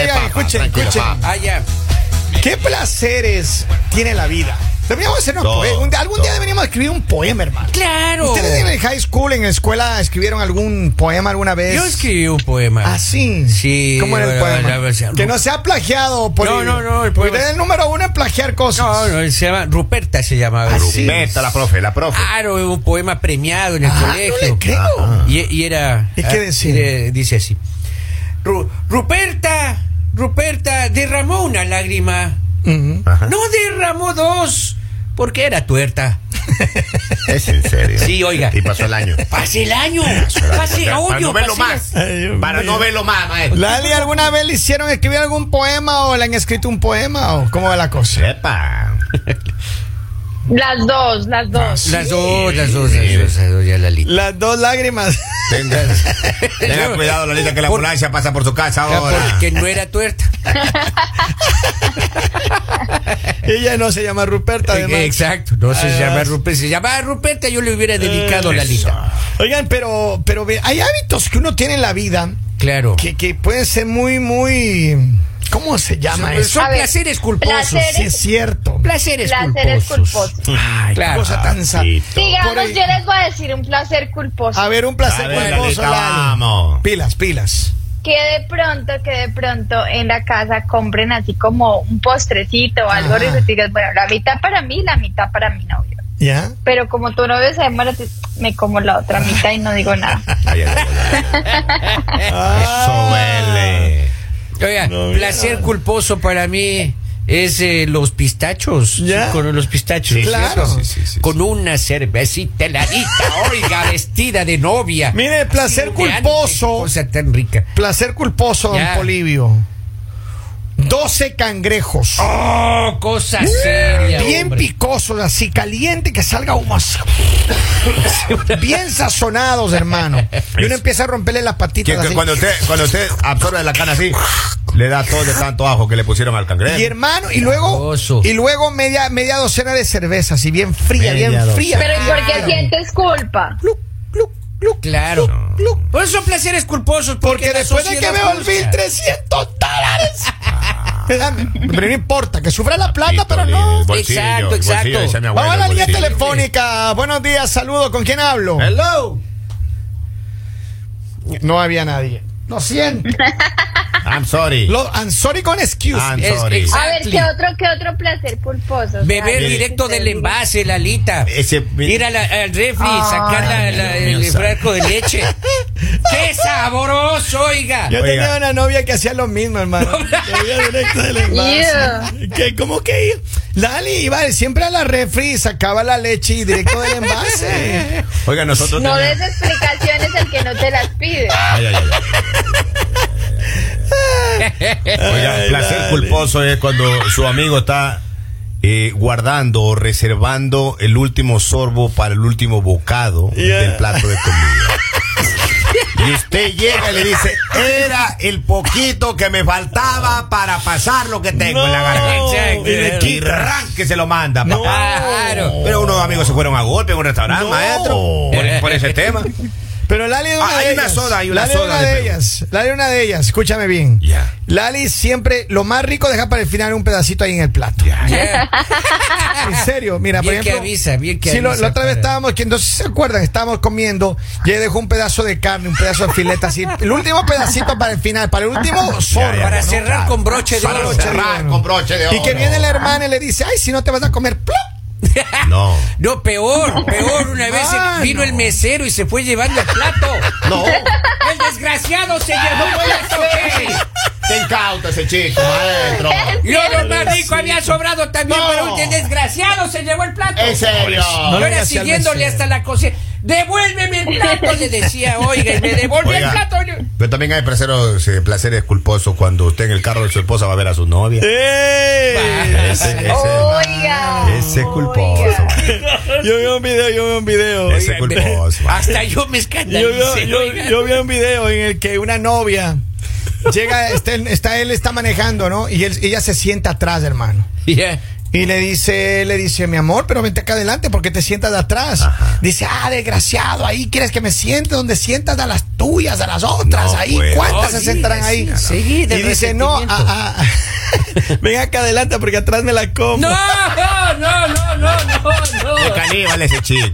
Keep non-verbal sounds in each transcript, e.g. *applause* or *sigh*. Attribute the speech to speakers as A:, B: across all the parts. A: escuchen,
B: tranquilo,
A: escuchen.
B: pa.
C: Ah, ya.
A: ¿Qué placeres tiene la vida? Deberíamos hacernos
B: Todo,
A: poemas. Un día- Algún día
B: todo.
A: deberíamos escribir un poema, hermano.
C: Claro.
A: ¿Ustedes en el high school, en la escuela, escribieron algún poema alguna vez?
C: Yo escribí un poema.
A: Así.
C: Sí,
A: Ah, ¿Cómo era el
C: bueno,
A: poema?
C: la versión-
A: que no sea plagiado por
C: No, no, no, el poema-
A: Usted es el número uno en plagiar cosas.
C: No, no, se llama Ruperta se llamaba.
A: Ah, sí.
B: Meta la profe, la profe.
C: Claro, un poema premiado en el
A: Ah, no
C: colegio.
A: le creo.
C: Y, y era.
A: ¿Y qué decía?
C: eh, dice así. "Ru- Ruperta, Ruperta derramó una lágrima.
A: Ujú.
B: Ajá.
C: No derramó dos, porque era tuerta.
B: Es en serio.
C: Sí, oiga.
B: Y pasó el año.
C: Pase
A: *laughs*
C: el año,
B: O
C: pase
B: sea, Para
C: hoyo,
B: no verlo
C: pase
B: más.
A: Ay, Dios
B: Para
A: mío.
B: no verlo más, maestro.
A: Lali, ¿alguna vez le hicieron escribir algún poema o le han escrito un poema o cómo va la cosa?
B: Sepa.
D: Las dos, las dos.
C: Las dos, las dos, las dos, las dos, ya la lista.
A: Las dos lágrimas. *laughs*
B: *laughs* Tenga, tenga cuidado, Lolita, que la
C: Por-
B: ambulancia pasa por su casa ahora.
C: Porque no era tuerta.
A: Ella no se llama Ruperta, además.
C: Exacto, no se
A: Además.
C: llama Ruperta. Se llamaba Ruperta, yo le hubiera dedicado la lista.
A: Oigan, pero, pero ve, hay hábitos que uno tiene en la vida
C: Claro.
A: que, que pueden ser muy, muy. ¿Cómo se llama
C: Son,
A: eso?
C: son
D: A ver,
C: placeres culposos.
D: placeres-
A: Sí, es cierto.
C: Placeres,
D: Placeres
C: culposos.
D: culposos.
A: Ay,
C: Claro.
A: qué cosa tan sa-
B: Papito.
A: Por
D: Digamos,
A: ahí.
D: yo les voy a decir un placer culposo.
A: A ver, un placer
B: A ver,
A: culposo,
B: Lalita,
A: Lali.
B: vamos.
A: Pilas, pilas.
D: Que de pronto, que de pronto en la casa compren así como un postrecito o
C: Ah.
D: algo
A: Ajá.
D: y tú digas, bueno, la mitad para mí, la mitad para mi novio.
A: ¿Ya?
D: Pero como tu novio se demora, te- me como la otra mitad y no digo
C: *laughs*
D: nada.
B: Ay, ay, ay, ay, ay. Eso duele.
C: Oiga,
B: No, mira.
C: placer culposo para mí es eh, los pistachos.
A: ¿Ya?
C: Sí, con los pistachos.
B: Sí,
A: Claro.
B: sí, sí, sí, sí.
C: Con una cervecita heladita,
A: *laughs*
C: oiga, vestida de novia.
A: Mire, placer
C: Así humeante,
A: culposo.
C: Cosa tan rica.
A: Placer culposo,
C: Ya.
A: don Polivio. 12 cangrejos.
C: Oh, cosa seria.
A: Bien
C: hombre.
A: picosos, así caliente que salga humo así. *laughs* Bien sazonados, hermano. Y uno empieza a romperle las
B: Que-
A: patitas.
B: que
A: así.
B: cuando usted, cuando usted absorbe la cana así, le da todo de tanto ajo que le pusieron al cangrejo.
A: Y hermano, y luego,
C: Picoso.
A: y luego media, media docena de cerveza, así bien fría,
B: Media
A: bien
B: docena.
A: fría.
D: Pero ¿y por qué
A: Claro.
D: sientes culpa?
A: Gluc, gluc, gluc,
C: Claro.
A: gluc, gluc.
C: Por eso son placeres culposos. Porque,
A: Porque
C: la
A: después de que
C: sociedad
A: me volví
C: busca.
A: 300 dólares.
B: Ah.
A: Pero no importa, que sufra la plata, pero no.
B: El bolsillo,
C: Exacto,
B: el bolsillo,
C: exacto.
B: decía mi abuela,
A: Vamos a la
B: el
A: línea
B: bolsillo.
A: telefónica. Buenos días, saludo. ¿Con quién hablo?
B: Hello.
A: No había nadie. Lo
D: *laughs*
A: siento.
B: I'm sorry.
A: Lo, I'm sorry con excuse.
B: I'm
C: Es-
B: sorry.
C: exacto.
D: A ver,
C: Exactly.
D: ¿qué otro, qué otro placer culposo? O sea,
C: Beber
D: sí,
C: directo
D: sí,
C: del
D: sí.
C: envase, Lalita.
B: Ese-
C: Ir a la- al refri,
D: Ay,
C: sacar la- la-
B: Dios
C: el
B: mío,
C: frasco de leche.
B: *laughs*
C: ¡Qué sabroso, oiga!
A: Yo
B: Oiga.
A: tenía una novia que hacía lo mismo, hermano.
B: *laughs*
A: Que había directo del envase. Que, ¿Cómo que iba? Lali iba siempre a la refri, sacaba la leche y directo del
B: *laughs*
A: envase.
B: Oiga, nosotros
D: No des
B: teníamos-
D: explicaciones al que no te las
C: *laughs*
D: pide.
B: Ay, ay, ay, ay, ay, ay, ay. Oiga, el placer culposo es cuando su amigo está eh, guardando o reservando el último sorbo para el último bocado del plato de comida. Y usted llega y le dice, era el poquito que me faltaba para pasar lo que tengo en la garganta.
C: Exacto.
B: Y le quita, ran, que se lo manda, papá.
C: Claro.
B: Pero unos amigos se fueron a golpe en un restaurante,
A: No.
B: maestro, por, por ese tema.
A: Pero Lali es una
B: Ah, hay
A: de
B: una
A: ellas.
B: soda, hay una
A: Lali
B: soda
A: es una
B: de
A: de
B: Perú.
A: ellas. Lali es una de ellas. Escúchame bien.
B: Ya.
A: Lali siempre, lo más rico deja para el final un pedacito ahí en el plato.
C: Ya.
A: En serio, mira, por
C: Bien que
A: ejemplo.
C: avisa, bien que
A: sí, lo-
C: avisa
A: la otra vez
C: para-
A: estábamos, que no sé si se acuerdan, estábamos comiendo y ella dejó un pedazo de carne, un pedazo de fileta así. El último pedacito para el final, para el último
B: ya,
A: zorro.
B: ya,
C: Para
B: no,
C: cerrar
B: claro.
C: con broche de
B: Para
C: oro.
B: cerrar. con broche de
A: Y que
B: oro.
A: viene la hermana y le dice, ay, si no te vas a comer, ¡plop!
B: *laughs* No.
C: No, peor, peor. Una vez
A: Ah,
C: vino el mesero y se fue llevando el plato.
B: *laughs* No.
C: ¡El desgraciado se llevó el
B: *laughs*
C: plato! Kelly.
B: Te incauta ese chico,
A: *laughs*
D: *laughs*
B: maestro.
C: Yo lo más rico había sobrado también,
B: No.
C: pero el desgraciado se llevó el plato.
B: En serio.
A: No
C: Yo
A: le
C: era
A: digas al
C: siguiéndole
A: mesero.
C: hasta la cocina. Devuélveme el plato,
A: *laughs*
C: le decía, oiga, y me devolvió el
B: Oiga,
C: plato.
B: pero también hay placeros, eh, placeres culposos cuando usted en el carro de su esposa va a ver a su novia.
A: Eh.
B: Ese, ese,
D: Oiga.
B: ese es
D: Oiga.
B: culposo.
A: Yo vi un video, yo vi un video.
B: Ese
A: *laughs*
B: es culposo.
C: Hasta yo
A: Yo, yo-
C: me escandalicé,
A: yo-
C: oiga.
A: yo vi un video en el que una novia llega, está, él- está- él está manejando, ¿no? Y él- ella se sienta atrás, hermano.
C: Ya.
A: Y le dice, le dice, mi amor, pero vente acá adelante porque te sientas de atrás.
B: Ajá.
A: Dice, ah, desgraciado, ahí quieres que me siente donde sientas a las tuyas, a las otras,
B: No,
A: ahí.
B: pues.
A: ¿Cuántas se
C: sí,
A: sentarán
C: sí,
A: ahí?
C: sí,
A: y
C: de
A: dice, no,
C: resentimiento.
A: ah, *laughs* ah, ven acá adelante porque atrás me la como.
C: No, no, no, no, no,
B: Es
C: no.
B: caníbal ese chico.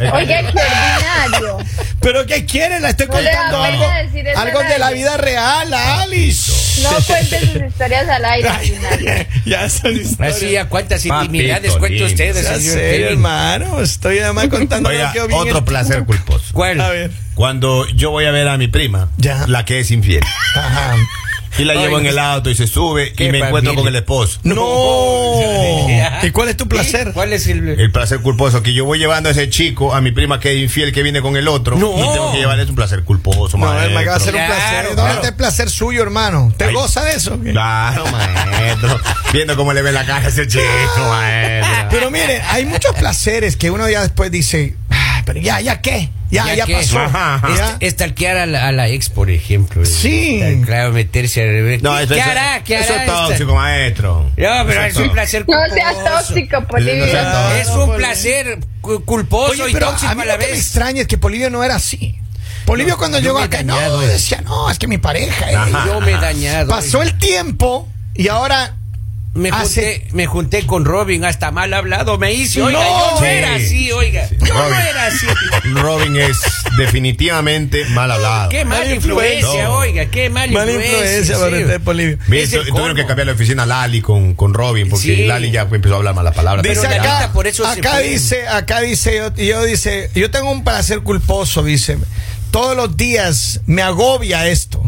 B: Es
D: Oye,
B: caníbal.
D: qué ordinario.
A: Pero ¿qué quiere? La estoy
D: No le da
A: contando algo,
D: pena decir eso
A: algo
D: al
A: de la
D: aire.
A: vida real, Alice.
B: *laughs*
D: No
A: *laughs*
D: pues, cuente sus historias al aire, ordinario.
A: ya son historias.
C: Así, ¿a cuántas
B: Papito
C: intimidades cuenta
B: lindo.
C: ustedes,
A: Ya
C: señor
A: sé,
C: Kevin?
A: hermano. Estoy además contando
B: Oiga,
A: lo que vi en
B: otro
A: el-
B: placer culposo.
C: ¿Cuál?
A: A ver.
B: Cuando yo voy a ver a mi prima,
A: Ya.
B: la que
A: *laughs*
B: es infiel,
A: Ajá.
B: y la llevo
C: Ay,
B: en el auto y se sube y
C: qué
B: me encuentro
C: familia.
B: con el esposo.
A: No. ¿Y cuál es tu placer?
C: ¿Cuál es el.?
B: El placer culposo que yo voy llevando a ese chico, a mi prima que es infiel, que viene con el otro,
C: No.
B: y tengo que llevarle es un placer culposo,
A: No,
B: maestro.
A: me va a ser un
C: Claro,
A: placer. ¿Dónde
C: claro.
A: está el placer suyo, hermano? ¿Te
B: Ay.
A: goza de eso?
C: *laughs*
B: Claro, maestro. Viendo cómo le ve la cara a ese chico, maestro.
A: Pero mire, hay muchos placeres que uno ya después dice, "Ah, pero ya, ya qué, ya, ya,
C: ¿Ya qué?
A: pasó.
B: Ajá, ajá.
A: Ya.
C: este, Estalquear a la, a la ex, por ejemplo.
A: Ah. Sí.
C: Tal- Claro, meterse al revés.
B: No, eso,
C: ¿Qué
B: eso-
C: hará? ¿Qué hará?
B: eso
C: este?
B: es
C: esta-
B: tóxico, maestro.
C: No,
B: Eso
C: pero es un
B: tóxico.
C: placer
D: No
C: culposo.
D: seas tóxico,
B: No seas
D: Bolivia.
B: tóxico.
C: Es
A: Ah, No,
C: un
A: Polibio.
C: placer cu- culposo
A: Oye,
C: y
A: pero
C: tóxico
A: a
C: a,
A: mí
C: la
A: lo que me
C: vez.
A: extraña es que Polivio no era así. Polivio cuando
C: yo
A: llegó
C: me he
A: acá,
C: dañado,
A: no,
C: eh.
A: decía, no, es que mi pareja. eh".
B: Ajá.
C: Yo me he dañado.
A: Pasó el tiempo y ahora
C: Me
A: hace-
C: junté, me junté con Robin, hasta mal hablado me hice. Oiga,
A: No.
C: yo no
A: Sí,
C: era así, oiga.
B: sí,
C: yo
B: Robin.
C: no
A: *laughs*
C: era así.
B: Robin es definitivamente mal hablado.
C: Qué mala
A: Mala
C: influencia,
B: influencia.
C: oiguga, oiga, qué mala,
A: mala
C: influencia.
A: influencia para
C: sí.
A: usted, Polivio.
B: Ve,
C: Es
B: tu-
C: el
B: tuvieron que
C: colmo.
B: cambiar la oficina a Lali con, con Robin, porque
C: Sí.
B: Lali ya empezó a hablar malas palabras.
A: Dice
C: Pero la
A: acá,
C: vida por eso se
A: acá
C: puede.
A: dice, acá dice, yo, yo dice, yo tengo un placer culposo, dice, todos los días me agobia esto.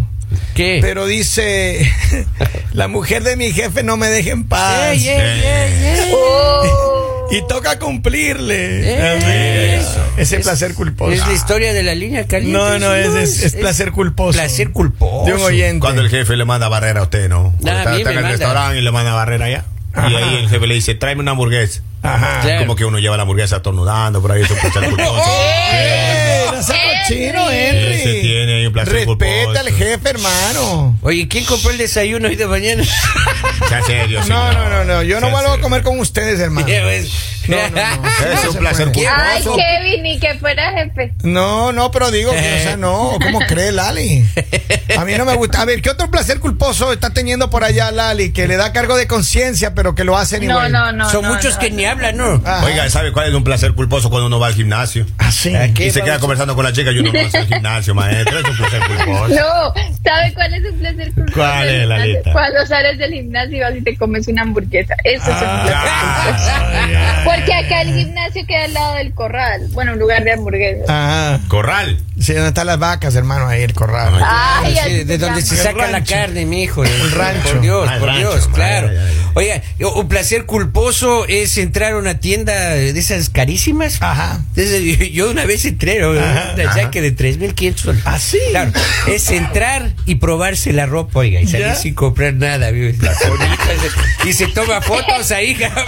C: ¿Qué?
A: Pero dice, *laughs* la mujer de mi jefe no me deja en paz.
C: Ey, ey,
B: Eh.
C: ey, ey.
D: Oh.
A: Y toca cumplirle.
C: Eh,
A: Amiga,
C: eso.
A: Ese
C: Es-
A: placer culposo.
C: Es la historia de la línea caliente.
A: no, no, es, es- es placer culposo.
C: Placer culposo.
A: De un oyente.
B: Oh, Cuando el jefe le manda barrera a usted, ¿no? Cuando
C: Ah, a
B: está,
C: mí
B: está
C: me
B: en el
C: manda.
B: restaurante y le manda barrera allá. Y
A: Ajá. Ah.
B: ahí el jefe le dice, tráeme una hamburguesa.
A: Ajá.
C: Claro.
B: Como que uno lleva la hamburguesa atornudando por ahí, eso
A: *laughs*
B: es un placer culposo.
A: Eh, no sea cochino, Henry.
B: Ese tiene ahí un placer
A: Respeta
B: culposo.
A: al jefe, hermano.
C: Oye, ¿quién compró el desayuno hoy de mañana? *laughs*
B: Sea serio,
A: No,
B: señor.
A: no, no, no. Yo no
B: Sea
A: vuelvo a
B: serio.
A: comer con ustedes, hermano.
C: Eh, pues,
A: Ah, No, no,
B: *laughs*
A: no.
C: *laughs*
B: Es un placer
A: Qué
D: Ay,
B: culposo.
D: Kevin, ni que fuera jefe.
A: No, no, pero digo, que, o sea,
B: *laughs*
A: no, ¿cómo cree Lali? A mí no me gusta. A ver, ¿qué otro placer culposo está teniendo por allá Lali? Que le da cargo de conciencia, pero que lo hacen
D: No,
A: igual. Ah,
D: no, no.
C: Son
D: no,
C: muchos
D: no,
C: que
D: no.
C: ni hablan, ¿no?
A: Ajá.
B: Oiga, ¿sabe cuál es un placer culposo cuando uno va al gimnasio?
A: Así.
B: Y se queda conversando con la chica y uno no va al gimnasio, maestro. Es un placer
A: *laughs*
B: culposo.
D: No, ¿sabe cuál es un placer culposo?
B: ¿Cuál es, Lalita?
D: Cuando sales del gimnasio y vas y te comes una hamburguesa. Eso es
B: Ah,
D: un placer culposo.
B: Ay, ay.
D: Porque acá el gimnasio queda al lado del corral. Bueno, un lugar de hamburguesas.
A: Ajá.
B: Corral.
A: Ah, Sí, donde están las vacas, hermano, ahí el corral.
B: Ay.
D: Ay,
C: Sí,
D: al-
C: Ah, Eh, de donde se
A: El
C: saca la
A: rancho.
C: carne, mi hijo. El
A: rancho.
C: Por Dios,
B: Ah, el
C: por
B: rancho,
C: Dios,
B: madre,
C: claro.
B: ay, ay.
C: Oiga, un placer culposo es entrar a una tienda de esas carísimas.
A: Ajá.
C: Entonces, yo- yo una vez entré, ¿no?
A: Ajá,
C: una
B: ajá.
C: jaque de 3.500 soles.
A: ¿Ah, sí?
C: Claro, es entrar y probarse la ropa, oiga, y salir
A: ¿Ya?
C: sin comprar nada. vive. y se toma fotos ahí, *laughs* cabrón.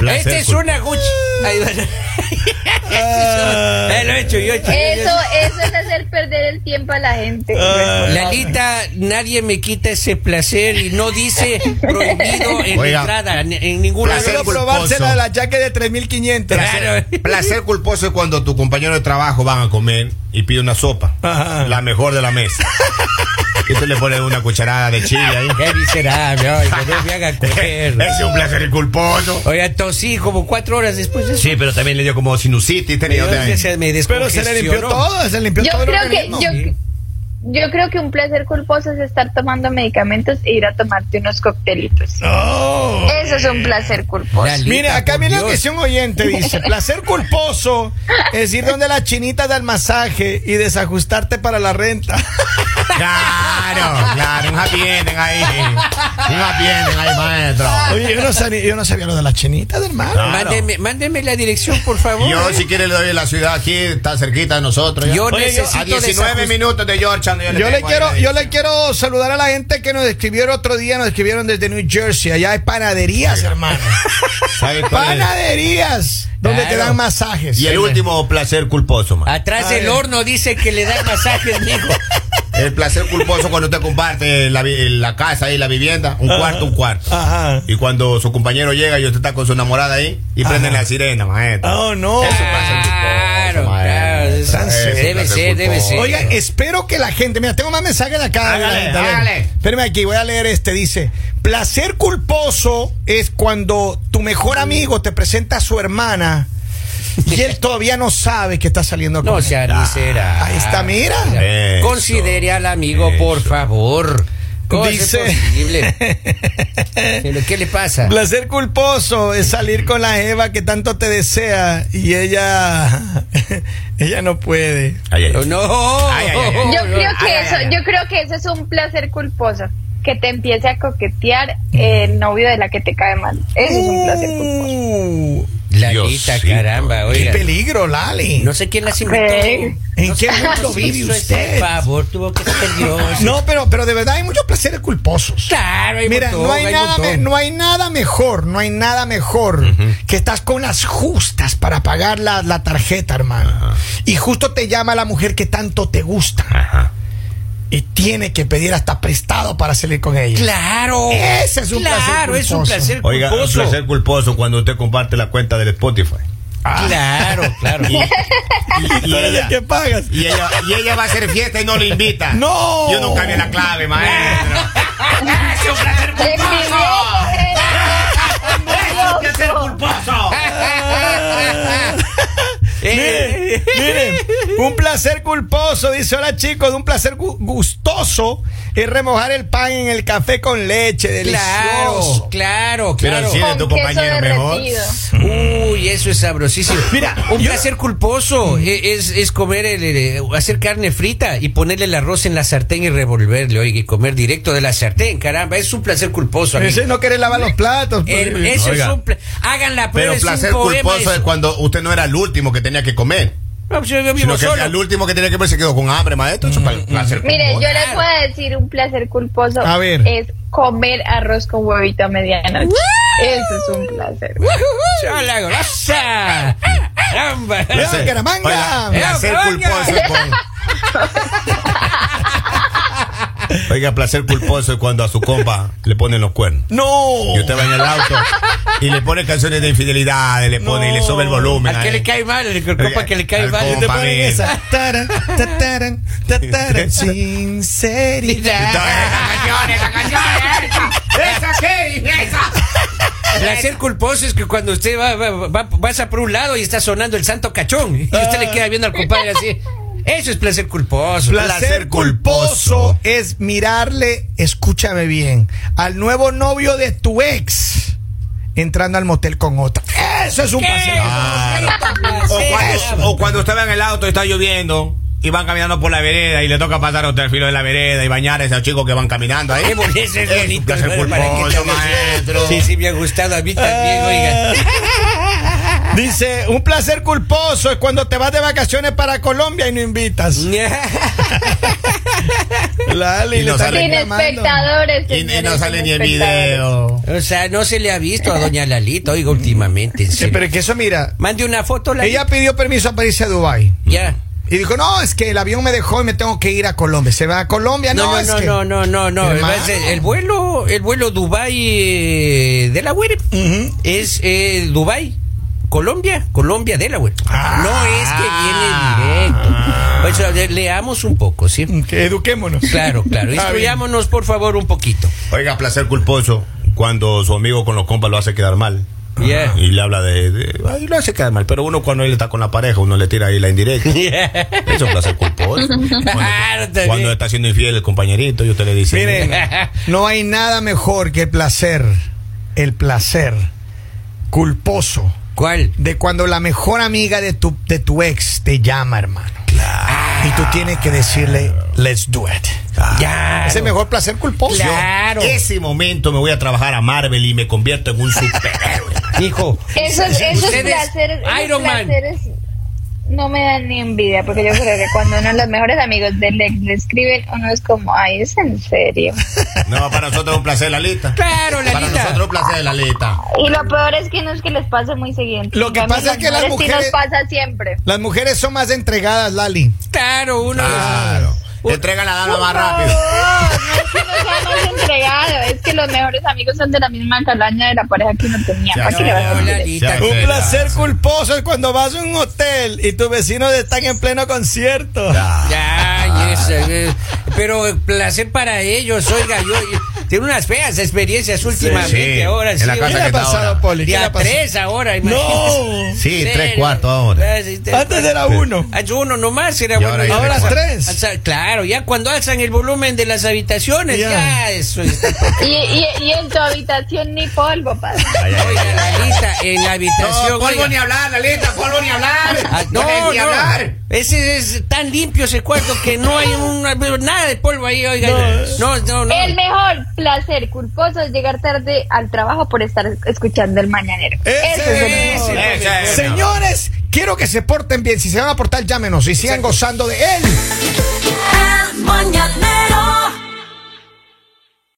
B: Placer
C: Esta es
B: culposo.
C: una Gucci. Ahí va. *laughs*
A: Ah.
C: Ahí lo he hecho yo. chico.
D: Eso, eso es hacer perder el tiempo a la gente.
C: Lalita, nadie me quita ese placer y no dice prohibido en
B: Oiga,
C: entrada, en, en ninguna
B: placer
A: Quiero
C: vez.
B: culposo.
A: probársela de la jaque de 3500.
C: Claro.
B: Placer eh. culposo es cuando tu compañero de trabajo van a comer y pide una sopa,
A: Ajá.
B: la mejor de la *laughs* mesa. Y tú le pones una cucharada de chile ahí.
C: Qué miserable, oiga, no me hagan
B: *laughs* Ese
C: coger.
B: es un placer culposo.
C: Oiga, tosí como cuatro horas después de eso.
B: Sí, pero también le dio como sinusitis. Tenía
C: Yo
B: otra-
C: ya se me
A: Pero se le limpió
C: descongestionó.
A: todo, se le limpió
D: Yo
A: todo el
D: creo que
A: organismo.
D: yo, yo creo que un placer culposo es estar tomando medicamentos e ir a tomarte unos coctelitos.
A: Oh.
D: Eso es un placer culposo.
C: Lalita,
A: Mire, acá
C: por
A: viene la
C: Dios.
A: cuestión oyente, dice, placer
D: *laughs*
A: culposo es ir donde la chinita da el masaje y desajustarte para la
B: *laughs*
A: renta.
B: Claro, claro. Un happy ending ahí. Un happy ending ahí, maestro.
A: Oye, yo no sabía, yo no sabía lo de la chinita, hermano.
B: Claro.
C: Mándeme, mándeme la dirección, por favor.
B: Yo, si quiere, le doy la ciudad aquí. Está cerquita de nosotros. ya.
C: Yo
B: Oye,
C: necesito
B: a 19
C: desajust-
B: minutos de Georgia. Yo le,
A: Yo le
B: tengo ahí
A: quiero,
B: la
A: yo le
B: dirección.
A: quiero saludar a la gente que nos escribió el otro día, nos escribieron desde New Jersey. Allá hay panaderías, hermano.
B: *laughs* ¿Sabe cuál es?
A: Panaderías donde te
C: Claro.
A: dan masajes.
B: Y el último placer culposo, man.
C: Atrás
A: A
C: del
A: ver.
C: horno dice que le dan masajes, mijo.
B: El placer culposo cuando usted comparte la, vi- la casa y la vivienda, un cuarto, un cuarto.
A: Ajá.
B: Y cuando su compañero llega y usted está con su enamorada ahí y prenden la sirena, maestro.
A: Oh, no.
B: Eso *laughs* pasa el
C: Claro,
B: culposo,
C: claro.
B: maestro.
C: Eso
B: Eso es
C: debe
B: placer
C: ser, debe
B: culposo.
C: ser.
A: Oiga, espero que la gente. Mira, tengo más mensajes de acá.
B: Hágale,
A: Dale, dale.
B: hágale.
A: Espérame aquí, voy a leer este. Dice: Placer culposo es cuando tu mejor amigo te presenta a su hermana y
C: *laughs*
A: él todavía no sabe que está saliendo con
C: No
A: él.
C: sea ni será.
A: Ahí está, mira.
B: Eso.
C: Considere al amigo, por
B: Eso.
C: favor. ¿Cómo es
A: Dice-
C: posible? Pero, ¿Qué le
A: *laughs*
C: pasa?
A: Placer culposo es salir con la Eva que tanto te desea y ella. *laughs* ella no puede.
B: Ay, ay, ay.
C: Oh, No.
B: Ay, ay, ay, ay.
D: Yo
C: no.
D: creo que
C: Ay, ay,
D: eso,
C: ay.
D: yo creo que eso es un placer culposo, que te empiece a coquetear el novio de la que te cae mal. Eso es un placer culposo.
A: Uh,
C: Lalita,
B: Diosito,
C: caramba,
A: ¡Qué
C: oiga.
A: peligro, Lali!
C: No sé quién las invitó.
D: ¿En
C: No sé
A: qué
C: quién
A: mundo
C: las
A: vive
C: hizo,
A: usted?
C: Por favor, tuvo que ser Dios.
A: No, pero, pero de verdad hay muchos placeres culposos.
C: Claro, hay
A: Mira,
C: montón,
A: no, hay nada
C: montón.
A: me- no hay nada mejor, no hay nada mejor que estás con las justas para pagar la, la tarjeta, hermano. Y justo te llama la mujer que tanto te gusta
B: Ajá.
A: y tiene que pedir hasta prestado para salir con ella.
C: Claro.
A: Ese es un
C: Claro,
A: placer
C: es un
A: culposo.
C: placer
B: Oiga, un
C: culposo.
B: placer culposo cuando usted comparte la cuenta del Spotify.
A: Ah,
C: Claro, claro.
A: *laughs*
C: *laughs*
B: Y, y- y
A: Tú eres el
B: ella,
A: que pagas.
B: y ella- y ella va a hacer fiesta y no le invita.
A: ¡No!
B: Yo no cambié la clave, maestro.
C: es un placer
D: ¡Te
B: ¡Es un placer culposo!
C: Eh,
A: Miren, miren, un placer culposo, dice hola chicos, un placer gu- gustoso es remojar el pan en el café con leche,
C: Claro,
A: delicioso.
C: claro,
B: Pero
C: claro.
B: sí de tu
D: Con queso
B: compañero mejor.
D: derretido.
C: Uy, eso es sabrosísimo.
A: Mira,
C: un
A: yo-
C: placer culposo e- es, es comer, el, eh, hacer carne frita y ponerle el arroz en la sartén y revolverle, oiga, y comer directo de la sartén, caramba, es un placer culposo. amigo.
A: Ese no quiere lavar los platos. pues.
C: El- Eh, eso es
B: Oiga.
C: un pla- hagan la prueba.
B: Pero
C: es un
B: placer
C: poema,
B: culposo
C: es-
B: es cuando usted no era el último que tenía que comer.
C: No, pues, yo- yo
B: Sino
C: vivo
B: que
C: solo.
B: el último que tenía que comer se quedó con hambre, maestro. Eso es placer
D: mm. Mire, yo
B: culposo.
D: les voy a decir un placer culposo.
A: A ver.
D: Es comer arroz con huevito a medianoche. Eso es un placer.
C: ¡Chala, grosa! ¡Caramba!
A: Placer- Bucaramanga.
B: Oiga, placer
C: Bucaramanga.
B: culposo es con...
C: *laughs*
B: Oiga, placer culposo es cuando a su compa le ponen los cuernos.
A: No.
B: Y usted va en el auto y le pone canciones de infidelidad, le pone y le sube el volumen.
C: Al que
B: ahí.
C: le cae mal, el copa que le cae
B: Al
C: mal.
B: compa,
A: Te ponen
B: mire.
A: esa. Taran, tataran, tataran, sinceridad.
C: Placer culposo es que cuando usted va, va- va- pasa por un lado y está sonando el santo cachón y
B: Ah.
C: usted le queda viendo al compadre así. Eso es placer culposo.
A: Placer culposo es mirarle, escúchame bien, al nuevo novio de tu ex entrando al motel con otra. Eso es un
C: ¿Qué?
A: placer.
B: Claro. O
C: Placer.
B: cuando, o cuando usted va en el auto y está lloviendo y van caminando por la vereda y le toca pasar hasta el filo de la vereda y bañar a esos chicos que van caminando ahí.
C: Qué bonito, es
B: Es un
C: bonito,
B: Eh, placer
C: ¿no? Para que
B: culposo,
C: te hagas-
B: maestro. Ah.
C: Sí, sí, me ha gustado a mí también, oiga.
A: Dice, un placer culposo es cuando te vas de vacaciones para Colombia y no invitas.
C: *laughs*
A: Lali,
B: Y
A: le
B: no
A: están
B: sale.
D: Sin
A: reclamando.
D: espectadores.
B: Y, y
D: señores,
B: no
D: sin
B: sale ni el
D: espectadores.
B: video.
C: O sea, no se le ha visto a doña Lalita, oiga, últimamente. en
A: Sí,
C: serio.
A: pero es que eso, mira,
C: Mande una foto, Lalita.
A: ella pidió permiso a irse a Dubai
C: Ya.
A: Y dijo, no, es que el avión me dejó y me tengo que ir a Colombia. Se va a Colombia, Ah, no,
C: No,
A: es
C: no,
A: que-
C: no, no, no, no,
A: Hermano.
C: Es El, el vuelo, el vuelo Dubai eh, Delaware
A: Ujú.
C: es eh, Dubai. Colombia, Colombia, Delaware. no es que viene directo. Pues, a ver, leamos un poco, ¿sí?
A: Que eduquémonos.
C: Claro, claro.
A: Está bien.
C: Instruyámonos, por favor, un poquito.
B: Oiga, placer culposo cuando su amigo con los compas lo hace quedar mal.
C: Yeah.
B: Y le habla de, de- ay, lo hace quedar mal. Pero uno cuando él está con la pareja, uno le tira ahí la indirecta. Eso es placer culposo. Cuando,
C: Claro, también.
B: cuando está siendo infiel el compañerito y usted le dice,
A: Miren, *laughs* no hay nada mejor que el placer, el placer culposo
C: ¿Cuál?
A: de cuando la mejor amiga de tu, de tu ex te llama, hermano. Y tú tienes que decirle, let's do it.
C: Ya.
A: Ese mejor placer culposo.
C: Claro.
B: ese momento me voy a trabajar a Marvel y me convierto en un superhéroe.
C: Hijo.
D: Esos, esos
C: Ustedes,
D: placeres, esos
C: Iron Man.
D: placeres no me dan ni envidia, porque yo creo que cuando uno de los mejores amigos del ex le escriben, uno es como, ay, es en serio.
B: No, para nosotros es un placer la lista.
C: Claro, Lalita.
B: Para nosotros es un placer la lista.
D: Y lo peor es que no es que les pase muy seguido.
A: Lo que
D: En cambio,
A: pasa es que las
D: sí
A: mujeres-
D: nos pasa siempre.
A: Las mujeres son más entregadas, Lali.
C: Claro, uno.
B: Claro. Entrega la dama más rápido.
D: No es que nos hayamos entregado, es que los mejores amigos son de la misma calaña de la pareja que uno tenía.
B: Ya,
D: ¿Para qué le
B: ya,
D: vas a
B: ya,
D: decir
B: ya.
D: eso?
A: Un placer culposo es cuando vas a un hotel y tus vecinos están en pleno concierto.
C: Ya, y eso, eh, pero eh, placer para ellos, oiga, yo eh, tiene unas feas experiencias últimamente
B: sí.
C: ahora,
B: En
C: sí,
B: la casa
A: ¿Qué
C: oiga,
A: le
B: que
A: ha
B: está
A: pasado,
B: ahora.
A: Poli? ¿Qué le
C: día
A: ha pasado?
C: tres ahora,
A: No.
C: imagínate.
B: Sí,
C: En
B: tres
C: serio.
B: cuartos ahora.
C: Ah, sí,
A: *laughs*
C: tres
A: Antes era
C: cuartos.
A: uno.
C: Ah, uno nomás era
B: Y
C: bueno.
B: ahora
C: ya
B: hay
A: Ahora
C: cuando
A: tres.
C: alza- claro, ya cuando alzan el volumen de las habitaciones,
A: Ya.
C: ya eso está.
D: Y, y, y en tu habitación ni polvo, padre.
B: Ay, ay,
C: Oiga,
B: ay.
C: la lista en la habitación.
B: No,
C: oiga.
B: polvo ni hablar, la lista, polvo ni hablar.
C: Ah, no,
B: Dejen
C: no.
B: ni hablar.
C: Ese es tan limpio ese cuarto que no hay un- nada de polvo ahí, oiga. No, no, no.
D: El mejor placer culposo es llegar tarde al trabajo por estar escuchando el mañanero.
A: Ese
D: Eso es el
A: es.
D: mejor.
B: Ese es.
A: Señores, quiero que se porten bien. Si se van a portar, llámenos y sigan gozando de él.
E: El mañanero